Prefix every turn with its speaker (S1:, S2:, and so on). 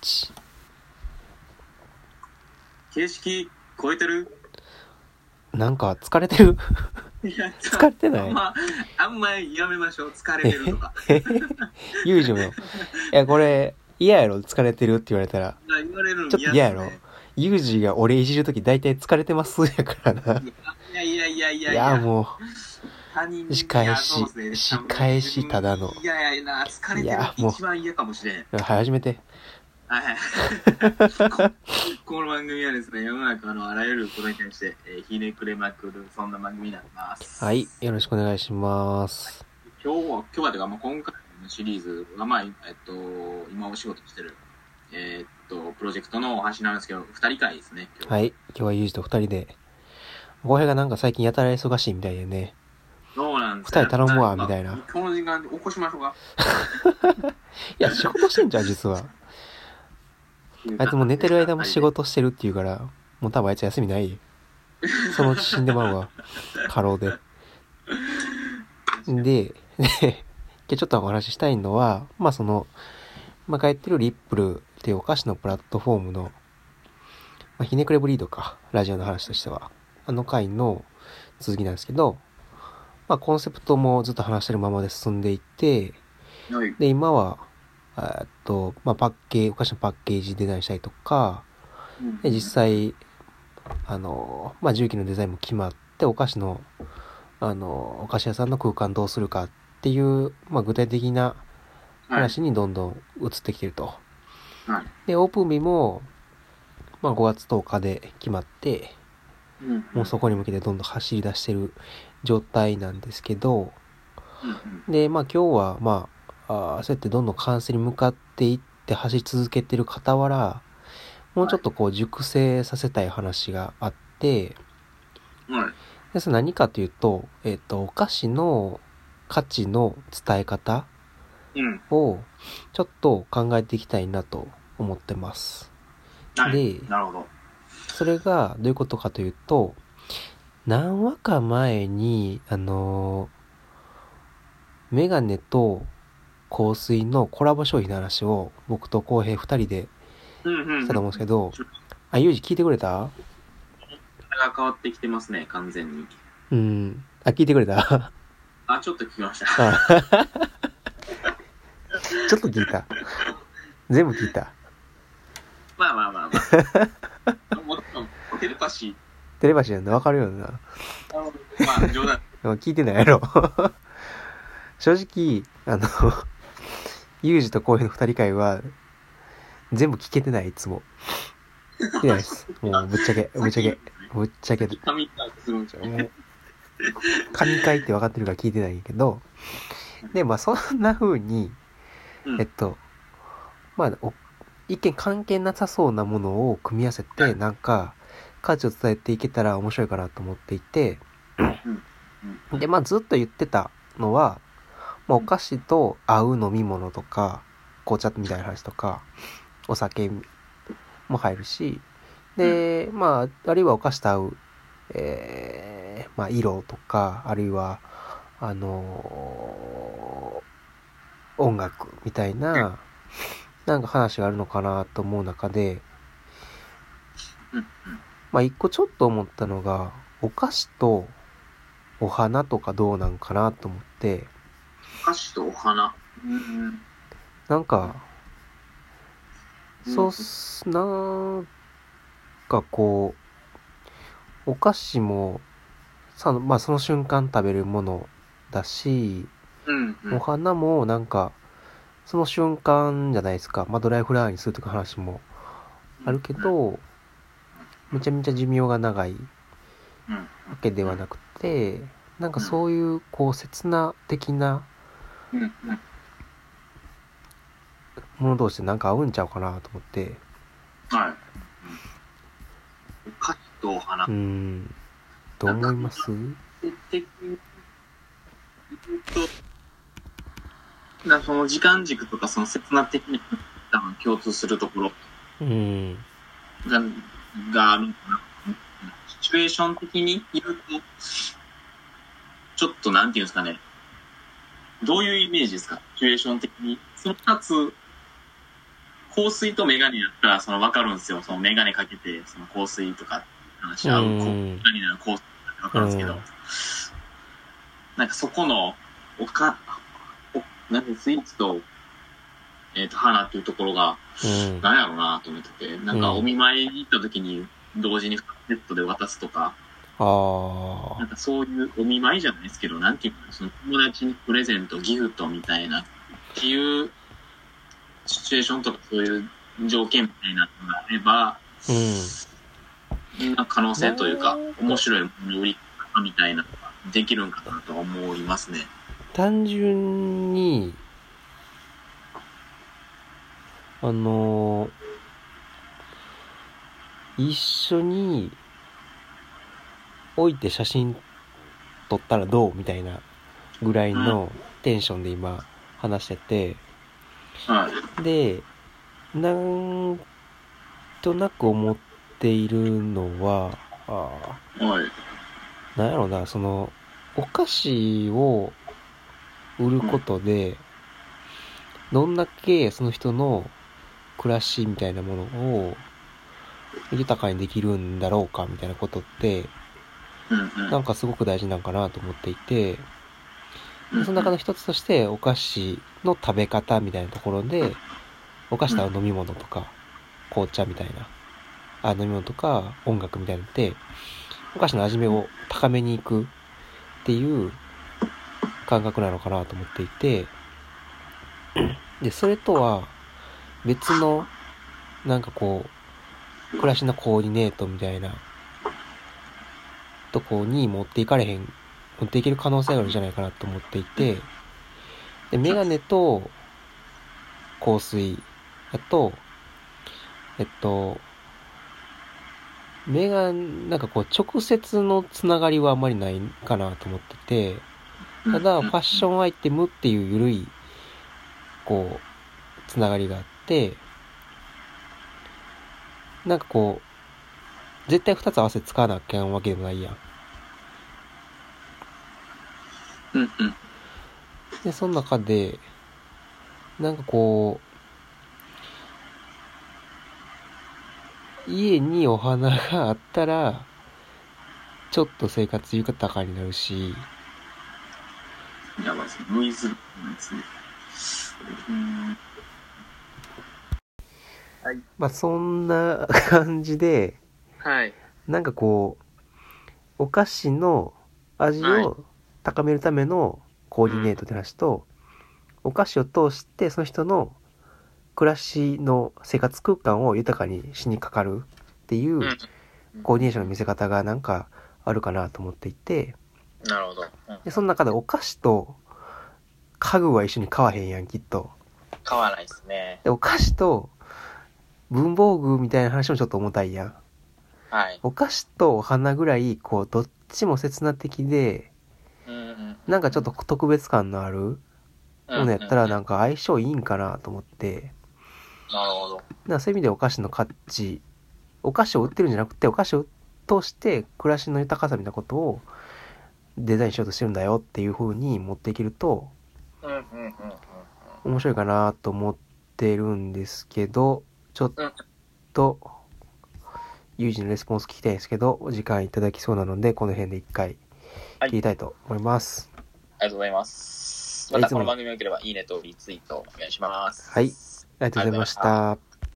S1: 1
S2: 形式超えてる
S1: なんか疲れてる
S2: いやちょ
S1: 疲れてな
S2: あん
S1: い
S2: まあんまやめましょう疲れてると か
S1: ユ ージもいやこれ嫌やろ疲れてるって言われたら
S2: 言われる
S1: ち
S2: の
S1: ょっと嫌やろ
S2: ですね
S1: ユージが俺いじるとき大体疲れてます やからない
S2: やいやいやい
S1: い
S2: や
S1: やもう
S2: 他人
S1: 仕返し
S2: いやそうですね
S1: 仕返しただの
S2: いやいやな疲れて
S1: い
S2: る
S1: やもう
S2: 一番嫌かもしれん
S1: はい始めて
S2: はいこの番組はですね世の中のあらゆることに対して、えーひねくれまくるそんな番組になってます
S1: はいよろしくお願いします
S2: 今日は今日はというか、まあ、今回のシリーズは、まあえっと、今お仕事してる、えーっとプロジェクトのお話なんですけど2人会ですね今日
S1: はい今日はユージと二人で浩平がなんか最近やたら忙しいみたいでね
S2: そうなんですよ
S1: 二人頼むわ
S2: んか
S1: みたいな
S2: この時間起こしましょうか
S1: いや仕事してんじゃん実はあいつも寝てる間も仕事してるって言うから、もう多分あいつ休みないよそのうち死んでまうわ。過労で。で、で、今日ちょっとお話ししたいのは、まあその、まあ帰ってるリップルっていうお菓子のプラットフォームの、まあ、ひねくれブリードか、ラジオの話としては。あの回の続きなんですけど、まあコンセプトもずっと話してるままで進んでいて、
S2: はい
S1: で、今は、えーっと、まあパッケージ、お菓子のパッケージデザインしたりとか、で実際あの、まあ、重機のデザインも決まってお菓子のあのお菓子屋さんの空間どうするかっていう、まあ、具体的な話にどんどん移ってきてると、
S2: はい
S1: でオープン日も、まあ、5月10日で決まって
S2: うん
S1: もうそこに向けてどんどん走り出してる状態なんですけど
S2: うんうん
S1: でまあ今日はまああーそうやってどんどん完成に向かっていって走り続けてる傍らもうちょっとこう熟成させたい話があって、
S2: うんはい
S1: でそれ何かというと、えっ、と、お菓子の価値の伝え方
S2: うん
S1: をちょっと考えていきたいなと思ってます。
S2: はい
S1: で
S2: なるほど
S1: それがどういうことかというと、何話か前に、あのーメガネと香水のコラボ商品の話を僕と浩平二人で
S2: うんうんうん
S1: したと思うんですけど
S2: ちょ、
S1: あ、ユージ聞いてくれた
S2: が変わってきてますね完全に
S1: うん。あ、聞いてくれた
S2: あちょっと聞きました
S1: あちょっと聞いた。全部聞いた。
S2: まあまあまあま あもっとテレパシ
S1: テレパシーなんでわかるよな。
S2: ーあのまあ冗談
S1: でも聞いてないやろ。 正直、あの、 ユージと浩平の二人会は、全部聞けてない、いつも。聞けないです。もう、ぶっちゃけ、ぶっちゃけ、ぶっちゃけ、も
S2: 髪かするんじゃん
S1: う、神会って分かってるから聞いてないんやけど、で、まあ、そんな風に、
S2: うん
S1: えっと、まあ、お一見関係なさそうなものを組み合わせて、なんか、価値を伝えていけたら面白いかなと思っていて、で、まあ、ずっと言ってたのは、まあ、お菓子と合う飲み物とか、紅茶みたいな話とか、お酒も入るし、で、まあ、あるいはお菓子と合う、えー、まあ、色とか、あるいは、あのー音楽みたいな、なんか話があるのかなと思う中で、
S2: うんうん
S1: まあ、一個ちょっと思ったのが、お菓子とお花とかどうなんかなと思って、
S2: お菓子とお花うんうん
S1: なんか、
S2: うん
S1: そうっす、なんかこう、お菓子も、さまあその瞬間食べるものだし、
S2: うんうん
S1: お花もなんか、その瞬間じゃないですか。まあドライフラワーにするとか話もあるけど、めちゃめちゃ寿命が長い
S2: うんうん
S1: わけではなくて、なんかそういうこう刹那的な
S2: うんうん
S1: もの同士でなんか合うんちゃうかなと思って、
S2: はいお菓子とお花
S1: うーん、どう思います
S2: 的に言うとなんかその時間軸とかその切な的に多分共通するところ
S1: うん、
S2: ががあるのかな。シチュエーション的に言うと、ちょっとなんていうんですかね。どういうイメージですかシチュエーション的に。その二つ、香水とメガネやったら、その分かるんですよ。そのメガネかけて、その香水とか話し合う、
S1: うん
S2: こメガネなら香水って分かるんですけど、
S1: うん
S2: なんかそこの、おか、おなんかスイーツと、えっ、と、花っていうところが、
S1: うん。
S2: なんやろうなと思ってて、なんかお見舞いに行った時に、同時にセットで渡すとか、
S1: あ
S2: なんかそういうお見舞いじゃないですけど、なんていうかな、その友達にプレゼント、ギフトみたいな、っていうシチュエーションとかそういう条件みたいなのがあれば、
S1: ー。うん。
S2: なんか可能性というか
S1: ね、
S2: 面白いものの売り方みたいなのができるんかなとは思いますね。
S1: 単純に、あの、一緒に置いて写真撮ったらどうみたいなぐらいのテンションで今話してて、
S2: はい。
S1: で、なんとなく思っているのは、あー
S2: はい。
S1: なんやろな、その、お菓子を売ることで、どんだけその人の暮らしみたいなものを豊かにできるんだろうかみたいなことって、
S2: うん
S1: なんかすごく大事なんかなと思っていて、
S2: うん。
S1: その中の一つとしてお菓子の食べ方みたいなところで、お菓子とは飲み物とか、紅茶みたいな、あ、飲み物とか音楽みたいなのって、お菓子の味目を高めにいくっていう感覚なのかなと思っていて、で、それとは別の、なんかこう、暮らしのコーディネートみたいなとこに持っていかれへん持っていける可能性があるんじゃないかなと思っていて、で、メガネと香水だと、えっと、メガネ、なんかこう直接のつながりはあんまりないかなと思ってて、ただファッショ
S2: ン。
S1: ンアイテムっていう緩い、こう、つながりがあって、なんかこう、絶対二つ合わせて使わなきゃいけないわけでもないやん。
S2: うんうん。
S1: で、その中で、なんかこう、家にお花があったら、ちょっと生活豊かになるし、
S2: やばいですね。ノイズがないですね。うん。
S1: まあそんな感じで、
S2: はい。
S1: なんかこう、お菓子の味
S2: はい
S1: を高めるためのコーディネートって話と、お菓子を通してその人の暮らしの生活空間を豊かにしにかかるっていう、
S2: うん
S1: コーディネーションの見せ方がなんかあるかなと思っていて、
S2: なるほど。うん
S1: でその中でお菓子と家具は一緒に買わへんやん、きっと。
S2: 買わないですね。
S1: で、お菓子と文房具みたいな話もちょっと重たいやん。
S2: はい。
S1: お菓子とお花ぐらい、こう、どっちも刹那的で、
S2: うんうん
S1: なんかちょっと特別感のあるものやったらなんか相性いいんかなと思って、
S2: なるほど。
S1: なんかそういう意味でお菓子の価値、お菓子を売ってるんじゃなくて、お菓子を通して暮らしの豊かさみたいなことをデザインしようとしてるんだよっていう風に持っていけると
S2: うんうんうんうん。
S1: 面白いかなと思ってるんですけど、ちょっと、有事のレスポンス聞きたいんですけど、お時間いただきそうなので、この辺で一回
S2: はい
S1: 切りたいと思います。
S2: ありがとうございます。
S1: は
S2: ま
S1: い
S2: たこの番組が良ければいいねとリツイートお願いします。
S1: はいありがとうございまし
S2: ありが
S1: た。